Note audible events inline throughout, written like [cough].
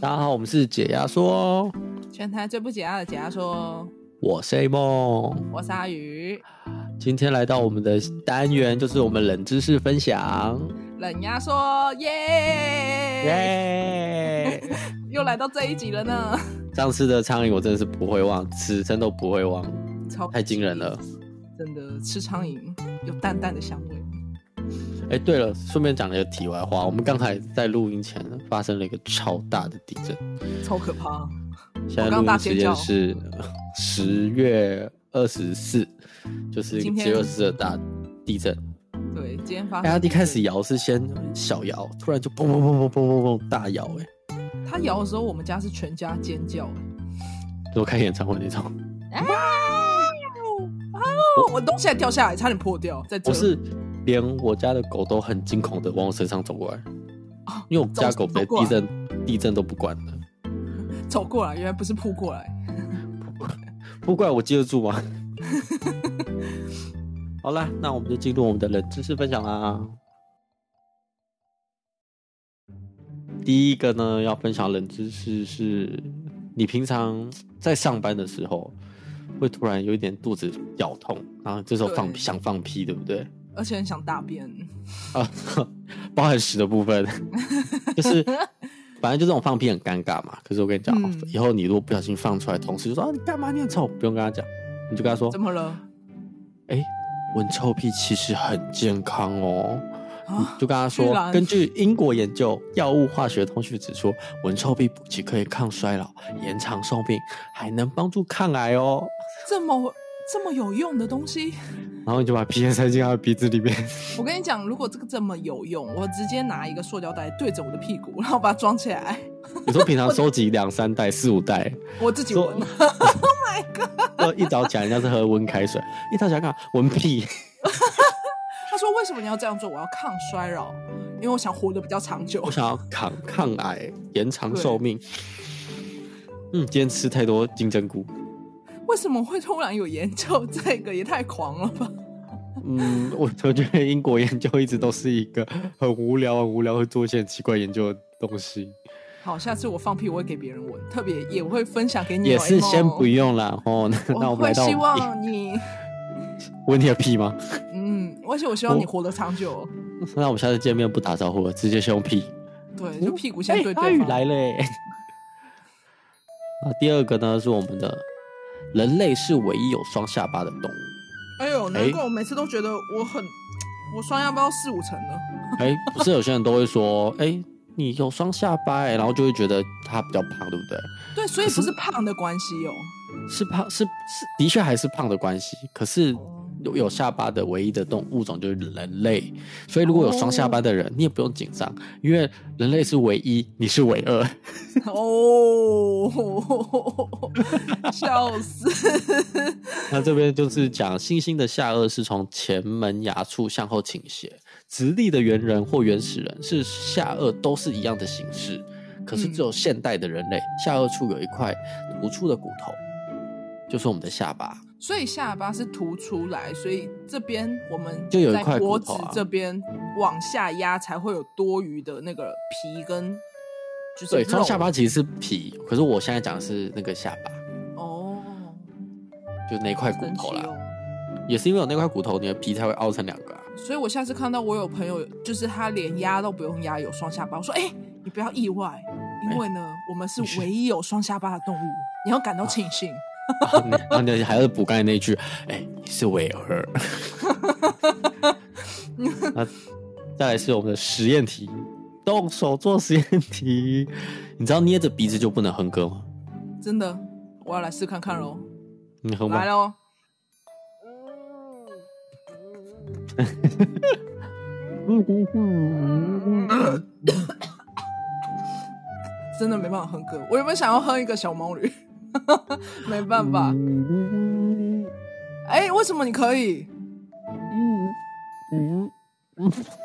大家好，我们是解压说，全台最不解压的解压说，我是 A 梦，我是阿鱼，今天来到我们的单元，就是我们冷知识分享，冷压说耶，耶！ [laughs] 又来到这一集了呢，上次的苍蝇我真的是不会忘，此生都不会忘，超太惊人了。真的吃苍蝇有淡淡的香味，哎，对了，顺便讲了一个题外话，我们刚才在录音前发生了一个超大的地震，超可怕。现在我录刚大音时尖叫间是十月二十四，就是今十天啊月二十四的大地震。对，今天发哎，生它一开始摇是先小摇，突然就砰砰砰砰砰砰砰大摇，哎，它摇的时候，我们家是全家尖叫、啊就看演唱会那种。哎，啊啊！我东西还掉下来，差点破掉，在这我是连我家的狗都很惊恐的往我身上走过来，因为我家狗被地震地震都不管了，走过来，原来不是扑过来，不管我接得住吗？ [laughs] 好啦，那我们就进入我们的冷知识分享啦。第一个呢，要分享冷知识是，你平常在上班的时候，会突然有一点肚子绞痛，然后这时候放对想放屁，对不对？而且很想大便。啊，包含屎的部 [laughs] 分，就是反正就这种放屁很尴尬嘛。可是我跟你讲，哦嗯以后你如果不小心放出来，同事就说啊你干嘛你很臭，不用跟他讲，你就跟他说怎，么了？哎、闻臭屁其实很健康 [laughs] 哦。啊，就跟他居说，然根据英国研究，药物化学通讯指出，闻臭屁不仅可以抗衰老、延长寿命，还能帮助抗癌哦。这么这么有用的东西。然后你就把屁塞进他的鼻子里面，我跟你讲，如果这个这么有用，我直接拿一个塑胶袋对着我的屁股，然后把它装起来， [laughs] 你说平常收集两三袋、四五袋， [laughs] 我自己闻。啊呃，一早起来人家是喝温开水，一早起来干嘛？闻屁。他说：“为什么你要这样做？我要抗衰老，因为我想活得比较长久我。想要抗抗癌，延长寿命。嗯，今天吃太多金针菇。”为什么会突然有研究这个？也太狂了吧！嗯，我我觉得英国研究一直都是一个很无聊、很无聊，会做一些很奇怪研究的东西。好，下次我放屁我会给别人闻，特别也会分享给你哦。也是先不 Emo 用啦。哦，那那我我们来会到希望 [laughs] 你，问你的屁吗？嗯，而且我希望你我活得长久。那我们下次见面不打招呼了，直接先用屁。对，就屁股先哎对阿对宇方。来嘞。啊，第二个呢是我们的人类是唯一有双下巴的动物。哎呦，哎难怪我每次都觉得我很，我双腰不到四五层了。哎、不是有些人都会说，哎、你有双下巴、欸，然后就会觉得他比较胖，对不对？对，所以不是胖的关系哦。是胖，是是，的确还是胖的关系。可是有有下巴的唯一的动物种就是人类，所以如果有双下巴的人，你也不用紧张，因为人类是唯一，你是唯二。哦， [laughs] 笑死！那这边就是讲猩猩的下颚是从前门牙处向后倾斜，直立的猿人或原始人是下颚都是一样的形式，可是只有现代的人类、下颚处有一块突出的骨头，就是我们的下巴。所以下巴是凸出来，所以这边我们就有一在块骨脖头子啊这边往下压，才会有多余的那个皮跟就是对，从肉下巴其实是皮，可是我现在讲的是那个下巴，哦，就是那块骨神头奇啦。哦。也是因为有那块骨头，你的皮才会凹成两个、啊。所以我下次看到我有朋友，就是他连压都不用压，有双下巴，我说：“哎、你不要意外，因为呢，我们是你是唯一有双下巴的动物，你要感到庆幸。然后你然后你还要补刚才那句，哎、你是唯二。那再来是我们的实验题，动手做实验题。你知道捏着鼻子就不能哼歌吗？真的，我要来试看看喽，你哼来吗？喽。真的没办法哼歌。我原本想要哼一个小毛驴， [laughs] 没办法。嗯哎、为什么你可以？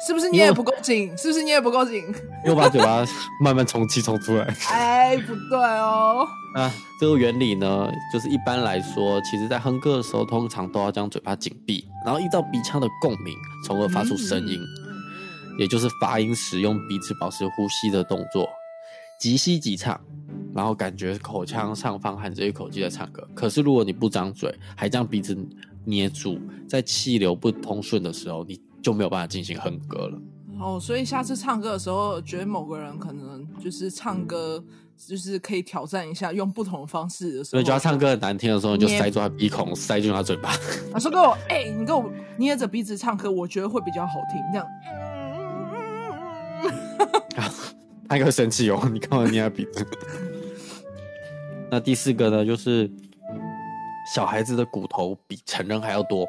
是不是你也不够紧？是不是你也不 [laughs] 够紧？又把嘴巴慢慢充气充出来。哎，不对哦。啊，这个原理呢，就是一般来说，其实在哼歌的时候，通常都要将嘴巴紧闭，然后依照鼻腔的共鸣，从而嗯发出声音，也就是发音时用鼻子保持呼吸的动作。即吸即唱，然后感觉口腔上方含着一口气在唱歌。可是如果你不张嘴，还将鼻子捏住，在气流不通顺的时候，你就没有办法进行哼歌了。哦，所以下次唱歌的时候，觉得某个人可能就是唱歌，就是可以挑战一下，用不同的方式的时所候。以，就他唱歌很难听的时候，你就哦捏塞住他鼻孔，塞住他嘴巴。啊，说给我，哎、你给我捏着鼻子唱歌，我觉得会比较好听。这样，嗯他应该会生气哦，你干嘛捏他鼻子？ [laughs] 那第四个呢，就是小孩子的骨头比成人还要多。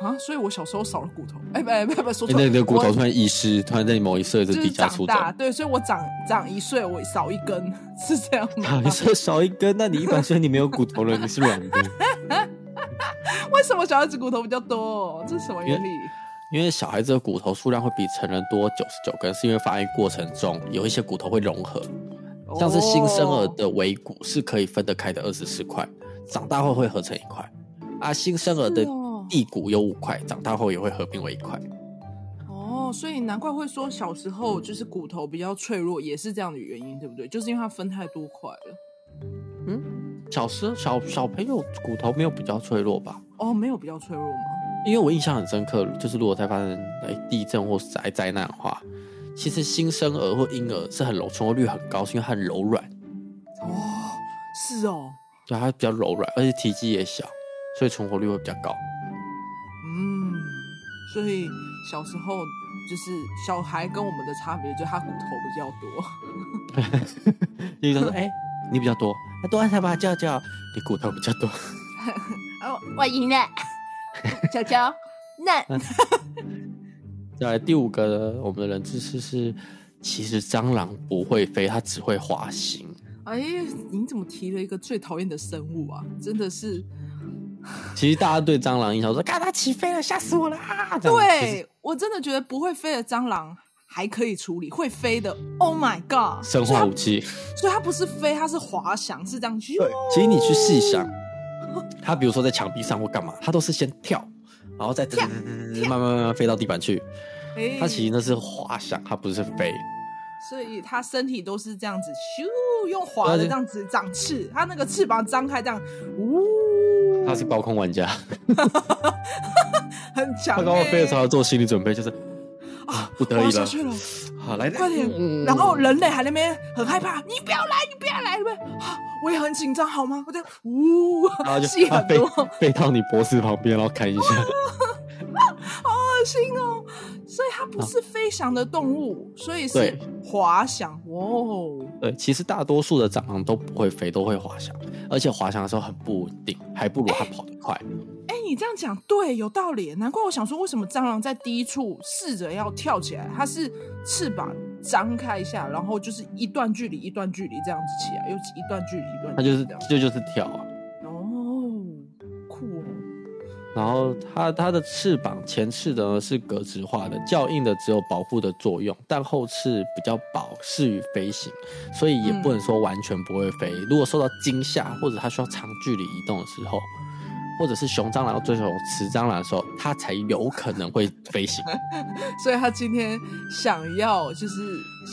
啊，所以我小时候少了骨头，哎、不不不不，说因错了，为你的骨头我突然遗失，突然在你某一侧就就底是下长出走。大，对，所以我长长一岁，我少一根， [laughs] 是这样吗？你说少一根，那你一百岁你没有骨头了，你是软的。 [laughs] 为什么小孩子骨头比较多？这是什么原理？因为小孩子的骨头数量会比成人多九十九根，是因为发育过程中有一些骨头会融合，哦像是新生儿的尾骨是可以分得开的二十四块，长大后会合成一块。啊，新生儿的是哦地骨有五块，长大后也会合并为一块。哦，哦，所以难怪会说小时候就是骨头比较脆弱，也是这样的原因，对不对？就是因为它分太多块了。小时小小朋友骨头没有比较脆弱吧？哦，没有比较脆弱吗？因为我印象很深刻，就是如果再发生哎地震或灾灾难的话，其实新生儿或婴儿是很柔存活率很高，是因为它很柔软，哦，是哦，对它比较柔软，而且体积也小，所以存活率会比较高。嗯，所以小时候就是小孩跟我们的差别，就是他骨头比较多。因为他说 [laughs] 哎、你比较多，那多按下吧，叫叫，你骨头比较多， [laughs] 哦，我赢了， [laughs] 球球，那再来第五个呢，我们的冷知识是，其实蟑螂不会飞，它只会滑行。哎，你怎么提了一个最讨厌的生物啊？真的是，其实大家对蟑螂印象说，嘎它起飞了，吓死我了啊！这样其实对我真的觉得不会飞的蟑螂还可以处理，会飞的，Oh my god！生化武器。所以它不是啊飞，它是滑翔，是这样。对，其实你去细想，它比如说在墙壁上或干嘛，它都是先跳，然后再跳慢慢慢慢飞到地板去。哎它其实那是滑翔，它不是飞。所以它身体都是这样子，咻，用滑的对这样子长翅，它那个翅膀张开这样，呜，它是高空玩家，很它强、欸。高空飞的时候要做心理准备，就是啊，不得我要已下了，去了，好来，来快点！嗯然后人类还在那边很害怕，你不要来，你不要来，对不对？啊，我也很紧张，好吗？我就呜，然后就戏它很飞多， [laughs] [laughs] 飞到你脖子旁边，然后看一下。恶心哦。所以它不是飞翔的动物，所以是啊对滑翔哦。对，其实大多数的蟑螂都不会飞，都会滑翔，而且滑翔的时候很不稳定，还不如它跑得快。哎，你这样讲对，有道理。难怪我想说，为什么蟑螂在低处试着要跳起来，它是翅膀张开一下，然后就是一段距离一段距离这样子起来，又一段距离一段它距就离是这样。这就是跳啊。哦，酷哦。然后它它的翅膀前翅呢是格子化的，较硬的只有保护的作用，但后翅比较薄，适于飞行，所以也嗯不能说完全不会飞。如果受到惊吓或者它需要长距离移动的时候，或者是雄蟑螂要追求雌蟑螂的时候，它才有可能会飞行。所以他今天想要就是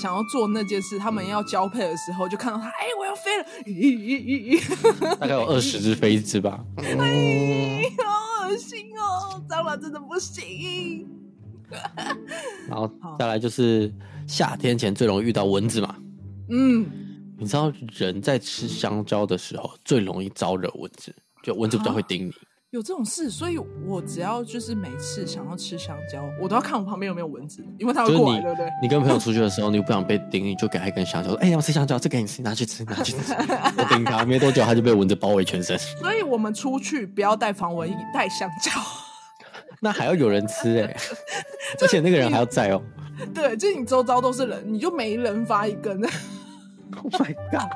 想要做那件事，他们要交配的时候，就看到他，哎、我要飞了，咦咦咦咦，大概有二十只飞只吧。嗯咦 [laughs] 好恶心哦！蟑螂真的不行。然后再来就是夏天前最容易遇到蚊子嘛。嗯，你知道人在吃香蕉的时候最容易招惹蚊子，就蚊子比较会叮你。有这种事，所以我只要就是每次想要吃香蕉，我都要看我旁边有没有蚊子，因为它就会是过来，你对不对？你跟朋友出去的时候，你不想被叮，你就给他一根香蕉，说：“哎、要吃香蕉，这给你吃，拿去吃，拿去 [laughs] 吃。”我叮他，没多久他就被蚊子包围全身。所以我们出去不要带防蚊衣，带香蕉。 [laughs] 那还要有人吃哎、而且那个人还要在哦。对，就是你周遭都是人，你就每人发一根， [laughs] Oh my god！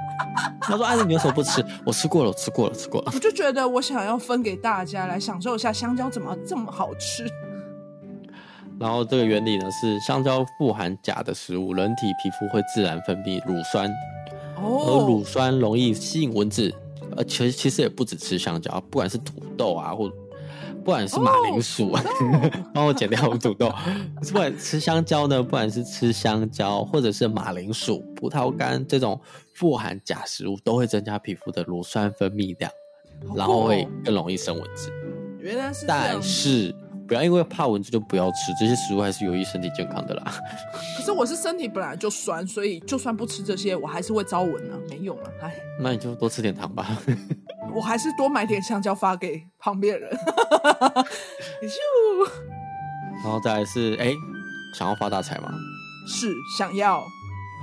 他说：“哎、你为什么不吃？我吃过了，我吃过了，吃过了。我就觉得我想要分给大家来享受一下香蕉怎么这么好吃。”然后这个原理呢是，香蕉富含钾的食物，人体皮肤会自然分泌乳酸，而哦乳，酸容易吸引蚊子，呃，其实其实也不只吃香蕉，不管是土豆啊，或不然是马铃薯，哦 [laughs] 帮我剪掉土豆。不然吃香蕉呢，不然是吃香蕉，或者是马铃薯、葡萄干这种富含钾食物，都会增加皮肤的乳酸分泌量，好然酷后哦会更容易生蚊子。原来是这样但。是不要因为怕蚊子就不要吃这些食物，还是有益身体健康的啦。 [laughs] 可是我是身体本来就酸，所以就算不吃这些，我还是会招蚊啊，没用啊，哎，那你就多吃点糖吧。 [laughs] 我还是多买点香蕉发给旁边人。 [laughs] 咻，然后再来是，哎、想要发大财吗？是想要，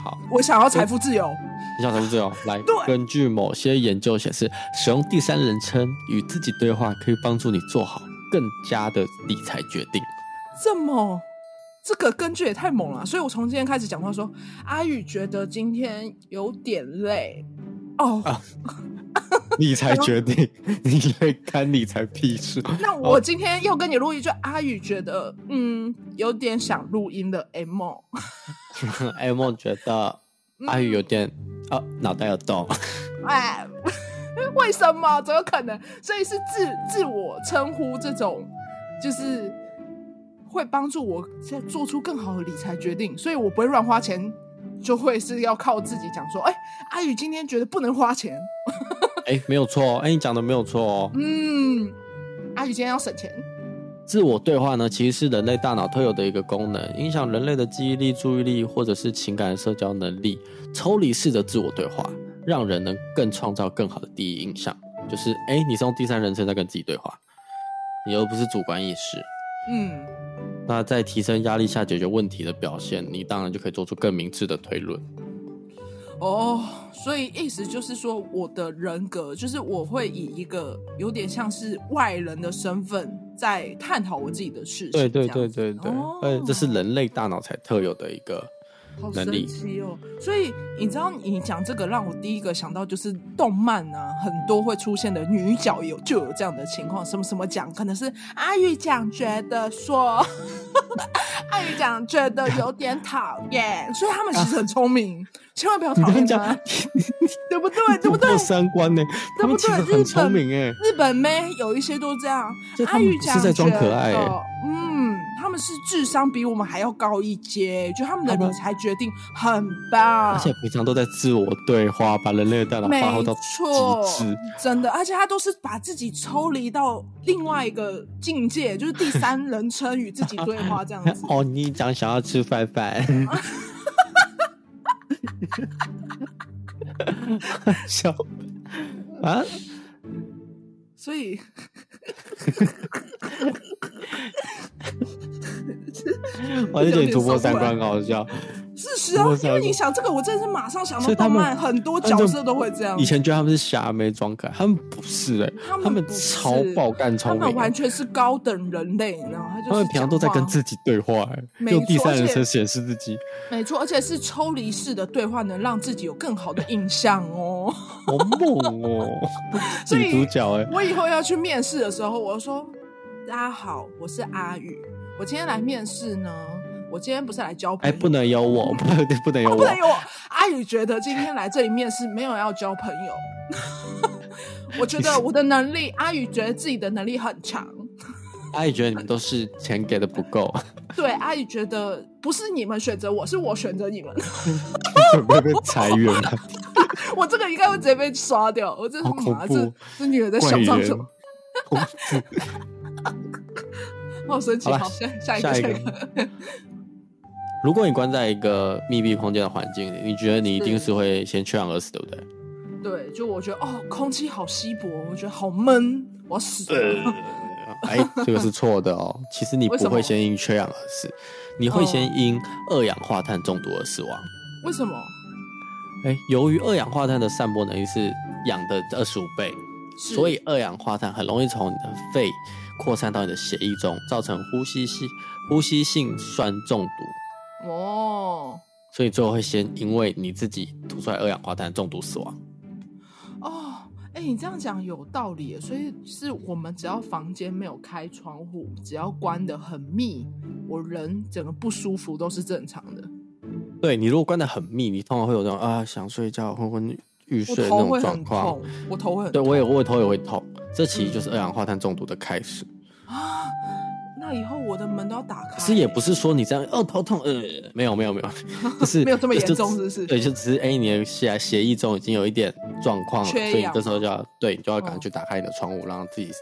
好，我想要财富自由。你想怎么自 [laughs] 由？来对，根据某些研究显示，使用第三人称与自己对话，可以帮助你做好更加的理财决定。这么这个根据也太猛了啊、所以我从今天开始讲话说，阿宇觉得今天有点累哦。啊理财决定， [laughs] 你会干理财屁 [laughs] 事？那我今天要跟你录一句，阿宇觉得嗯有点想录音的 M，哦艾梦哎觉得阿宇有点啊，脑袋有 [laughs] 洞。哎，为什么？怎么可能？所以是自自我称呼这种，就是会帮助我在做出更好的理财决定，所以我不会乱花钱，就会是要靠自己讲说，哎，阿宇今天觉得不能花钱，哎、没有错哦，哎、你讲的没有错哦。嗯，阿宇今天要省钱，自我对话呢，其实是人类大脑特有的一个功能，影响人类的记忆力、注意力或者是情感社交能力。抽离式的自我对话，让人能更创造更好的第一印象。就是，哎、你是用第三人称在跟自己对话，你又不是主观意识。嗯，那在提升压力下解决问题的表现，你当然就可以做出更明智的推论。哦，所以意思就是说，我的人格就是我会以一个有点像是外人的身份在探讨我自己的事情，对对这对样子对对哦，哎、这是人类大脑才特有的一个。好能神力奇哦！所以你知道，你讲这个让我第一个想到就是动漫啊，很多会出现的女角有就有这样的情况，什么什么奖，可能是阿玉奖觉得说， [laughs] 阿玉奖觉得有点讨厌，所以他们其实很聪明，千万不要讨 [laughs] 你厌这他样，对不对？对不对 [laughs] 过？三关呢、他们对其实不对很日聪本明哎、日本妹有一些都这样这，他阿们玉不讲是在装可爱觉得欸嗯，他们是智商比我们还要高一阶，就他们的他们理财决定很棒，而且平常都在自我对话，把人类的大脑发嗯没挥到错极致。，。真的，而且他都是把自己抽离到另外一个境界，就是第三人称与自己对话这样 [laughs] 子 [laughs] 哦，你讲想要吃饭饭， [laughs] 笑啊！所以，我就觉得突破三观好笑。事实啊我，想因为你想这个，我真的是马上想所到以他动们漫，很多角色都会这样啊以。前觉得他们是瞎妹装可爱，他们不是哎、他们他们不是超爆干他聪明们欸、完全是高等人类，你知道吗？他就是他们平常都在跟讲话自己对话、欸，没错用第三人称显示自己。没错，而且是抽离式的对话，能让自己有更好的印象哦。 [laughs] 好猛哦、所以女主角哎、我以后要去面试的时候，我就说：“大家好，我是阿宇，我今天来面试呢。我今天不是来交朋哎、友，不能有我， [laughs] 不能不能有哦我不。能有我。阿宇觉得今天来这里面试没有要交朋友， [laughs] 我觉得我的能力，阿宇觉得自己的能力很强。阿姨觉得你们都是钱给的不 [laughs] 够，对，阿宇觉得不是你们选择我，是我选择你们。 [laughs] 准备被裁员啊了。我这个应该会直接被刷掉。我真是好恐妈，怖这这女 [laughs] 人在怪嚣张什人么？。好神奇！好了好，下下一下个，一个如果你关在一个密闭空间的环境里，你觉得你一定是会先缺氧而死，对不对？对，就我觉得哦，空气好稀薄，我觉得好闷，我要死了。 [laughs] 哎，这个是错的哦。其实你为什不么哦会先因缺氧而死，你会先因二氧化碳中毒而死亡。为什么？哎，由于二氧化碳的散播能力是氧的二十五倍，是所以二氧化碳很容易从你的肺扩散到你的血液中，造成呼吸系呼吸性酸中毒。哦所以最后会先因为你自己吐出来二氧化碳中毒死亡。哦，哎、你这样讲有道理耶，所以是我们只要房间没有开窗户，只要关得很密，我人整个不舒服都是正常的。对你如果关得很密，你通常会有那种啊想睡觉昏昏欲我睡那头种会状很况痛。，我头会很嗯对痛。我也我也头也会痛，这其实就是二氧化碳中毒的开始。啊，那以后我的门都要打开、可是也不是说你这样哦头痛，呃，没有没有没 [laughs] 有，就是没有这么严就重是不是对，就只是哎，你的协协议中已经有一点状况了，所缺以你氧这时候就要对，你就要赶快嗯去打开你的窗户，让自己透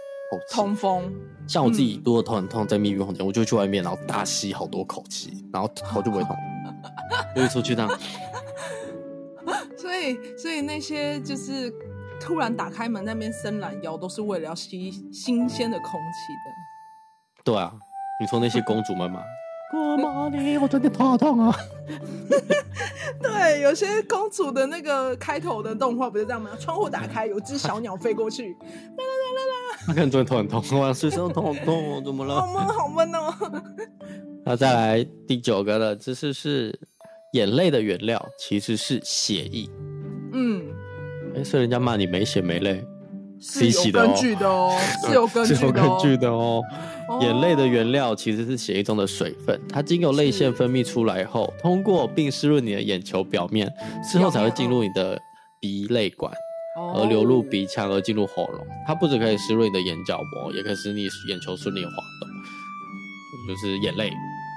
气。通风。像我自己嗯如果头很痛，在密闭空间，我就去外面，然后大吸好多口气，然后头就不会 [laughs] 痛。我就出去这样，所以，所以那些就是突然打开门那边伸懒腰，都是为了要吸新鲜的空气的。对啊，你说那些公主们嘛，哥妈的，我真的头好痛 [laughs] 啊！对，有些公主的那个开头的动画不是这样吗？窗户打开，有只小鸟飞过去，那可能真的头很痛，我睡身头好痛哦，怎 [laughs] 么好 [laughs] 了？闷，好闷哦。那再来第九个了，这是是眼泪的原料其实是血意，嗯，哎，所以人家骂你没血没泪，是有洗的哦根据的哦， [laughs] 是有根据是有的哦根。据的哦。哦 [laughs] 眼泪的原料其实是血液中的水分，它经由泪腺分泌出来后，通过并湿润你的眼球表面，之后才会进入你的鼻泪管，哦而流入鼻腔，而进入喉咙。它不只可以湿润你的眼角膜，也可以使你眼球顺利地滑动，就是眼泪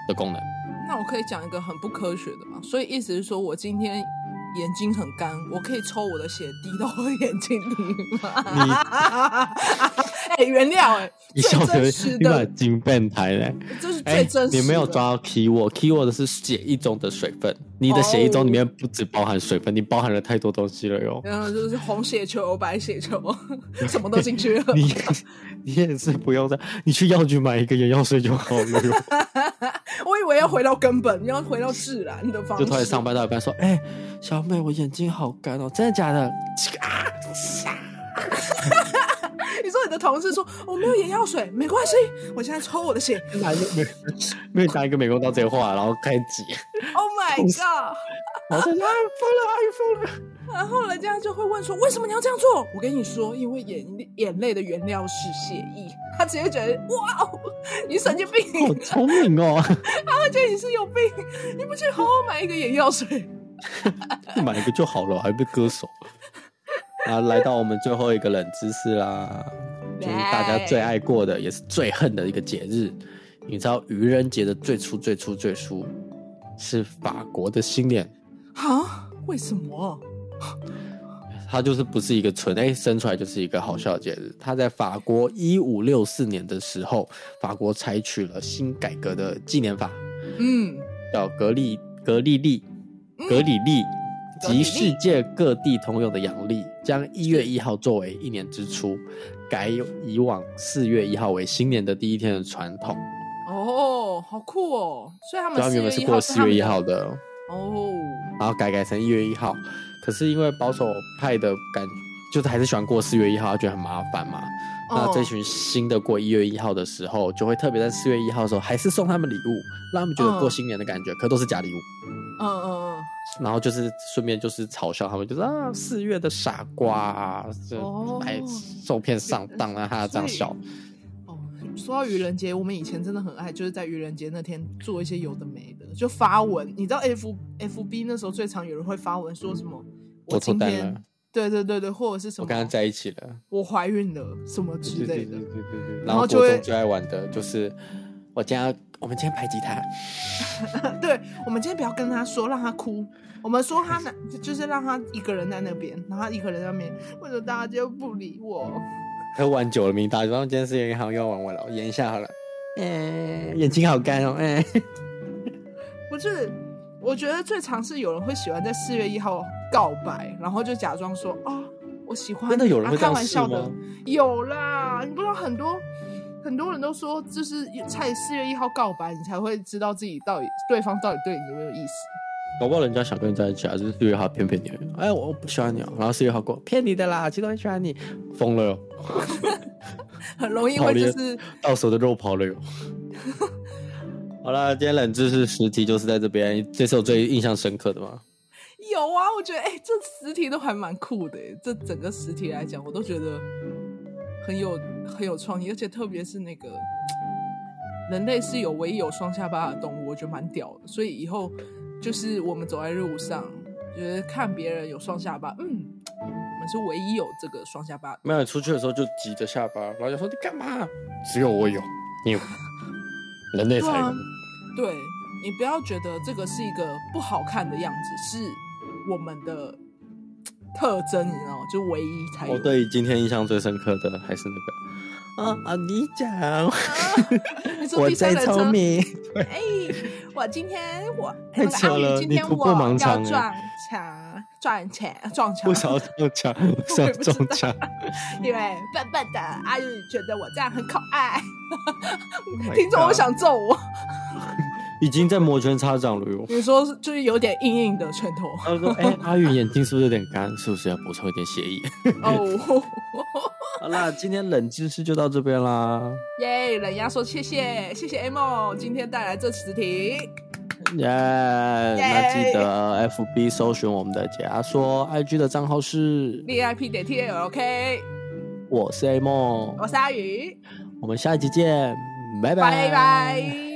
的 [laughs] 功能。那我可以讲一个很不科学的嘛，所以意思是说我今天眼睛很干，我可以抽我的血滴到我的眼睛里 [laughs] 吗？你哎、原谅哎、你最笑得真实你把的，金变台嘞。这是哎最真实的。你没有抓到 keyword，keyword 是血液中的水分。你的血液中里面不只包含水分，你包含了太多东西了哟。然后嗯就是红血球、白血 [laughs] 球，什么都进去 [laughs] 了。你你也是不用再，你去药局买一个眼药水就好了哟。我以为要回到根本，要回到自然的方式。就突然上班到一半说：“哎、小美，我眼睛好干哦，真的假的？”啊你说你的同事说我没有眼药水，没关系，我现在抽我的血。拿一个美，没有拿一个美工刀直接画，然后开始挤， Oh [laughs] my god！然后就说：“啊，疯了，啊疯了然后人家就会问说，为什么你要这样做？我跟你说，因为眼眼泪的原料是血液，他直接觉得哇哦，你神经病，！”好聪明哦，他会觉得你是有病，你不去好好买一个眼药水。买一个就好了，还被割手。啊，来到我们最后一个冷知识啦，就是大家最爱过的，也是最恨的一个节日。你知道愚人节的最初、最初、最初是法国的新年，啊？为什么？它就是不是一个纯哎生出来就是一个好笑的节日。它在法国一五六四年的时候，法国采取了新改革的纪念法，嗯，叫格里格利利嗯格里利，格里及利世界各地通用的阳历，将一月一号作为一年之初，改以往四月一号为新年的第一天的传统。哦，好酷哦！所以他所以们他们原本是4 1过号四月一他们号的，的哦。然后改改成一月一号。可是因为保守派的感，就是还是喜欢过四月一号，觉得很麻烦嘛。那哦这群新的过一月一号的时候，就会特别在四月一号的时候，还是送他们礼物，让他们觉得过嗯新年的感觉，可都是假礼物。嗯嗯然后就是顺便就是嘲笑他们，就是啊四月的傻瓜啊，这哦来受骗上当啊，他这样笑。嗯，哦，说到愚人节，我们以前真的很爱，就是在愚人节那天做一些有的没的，就发文。你知道 F F B 那时候最常有人会发文说什么？我脱今单天了，对对对对，或者是什我么？跟他在一起了，我怀孕了什么之对对类对的对。对对。然然后后就国会中最爱玩的就是我今天要我们今天排吉他， [laughs] 对，我们今天不要跟他说，让他哭。我们说他呢，就是让他一个人在那边，然后他一个人在那边，为什么大家就不理我？喝完酒了，明大然后哦今天是银行又要玩我了，我演一下好了。哎、眼睛好干哦，哎、不是，我觉得最常是有人会喜欢在四月一号告白，然后就假装说啊、我喜欢你。真的有人啊会这开样玩试笑的吗，有啦，你不知道很多很多人都说，就是在四月一号告白，你才会知道自己到底对方到底对你有没有意思。搞不好人家想跟你在一起啊，就是四月号骗骗你。哎、我不喜欢你、哦，然后四月号过骗你的啦，其实很喜欢你，疯了哟， [laughs] 很容易好会就厉害是到手的肉跑 [laughs] 了哟。好了，今天冷知识十题就是在这边，这是我最印象深刻的嘛。有啊，我觉得哎、这实体都还蛮酷的、哎这整个实体来讲，我都觉得很有很有创意，而且特别是那个人类是有唯一有双下巴的动物，我觉得蛮屌的。所以以后就是我们走在路上，觉得看别人有双下巴，嗯，我们是唯一有这个双下巴的。没有出去的时候就挤着下巴，然后就说你干嘛？只有我有，你人类对才啊能，对你不要觉得这个是一个不好看的样子，是我们的特征，你知道吗？就唯一才有。我哦对今天印象最深刻的还是那个啊啊，你讲，你说我第三最人聪称，明，哎，我今天我太那个扯阿姨了今你天突我破盲要肠撞哎墙撞墙撞 [laughs] 墙，不想要中 [laughs] 枪，不想要中枪，因为笨笨的阿姨觉得我这样很可爱 Oh my，听众我 God 想揍我。已经在摩拳擦掌了哟。你说是就是有点硬硬的 [laughs] 拳头他说：“哎、阿宇眼睛是不是有点干？是不是要补充一点血液哦，？”好啦，今天冷知识就到这边啦，耶！冷鸭说谢谢谢谢 M，今天带来这十题，耶、那记得 FB 搜寻我们的解压说，IG 的账号是，恋爱 P 点 T L K，我是 A 梦我，是阿宇，我们下一集见，拜拜拜。